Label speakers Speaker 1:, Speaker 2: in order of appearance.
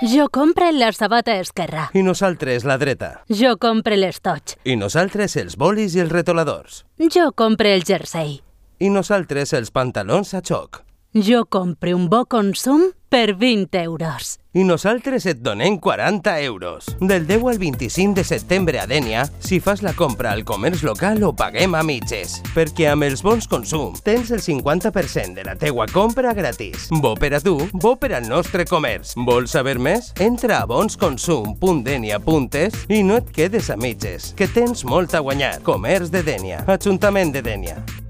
Speaker 1: Jo compre la sabata esquerra.
Speaker 2: I nosaltres la dreta.
Speaker 1: Jo compre les tots.
Speaker 2: I nosaltres els bolis i els retoladors.
Speaker 1: Jo compre el jersei.
Speaker 2: I nosaltres els pantalons a xoc.
Speaker 1: Jo compre un bo consum per 20 euros.
Speaker 2: I nosaltres et donem 40 euros. Del 10 al 25 de setembre a Dènia, si fas la compra al comerç local ho paguem a mitges, perquè amb els bons consum tens el 50% de la teua compra gratis. Bo per a tu, bo per al nostre comerç. Vols saber més? Entra a bonsconsum.denia.es i no et quedes a mitges, que tens molt a guanyar. Comerç de Dènia, Ajuntament de Dènia.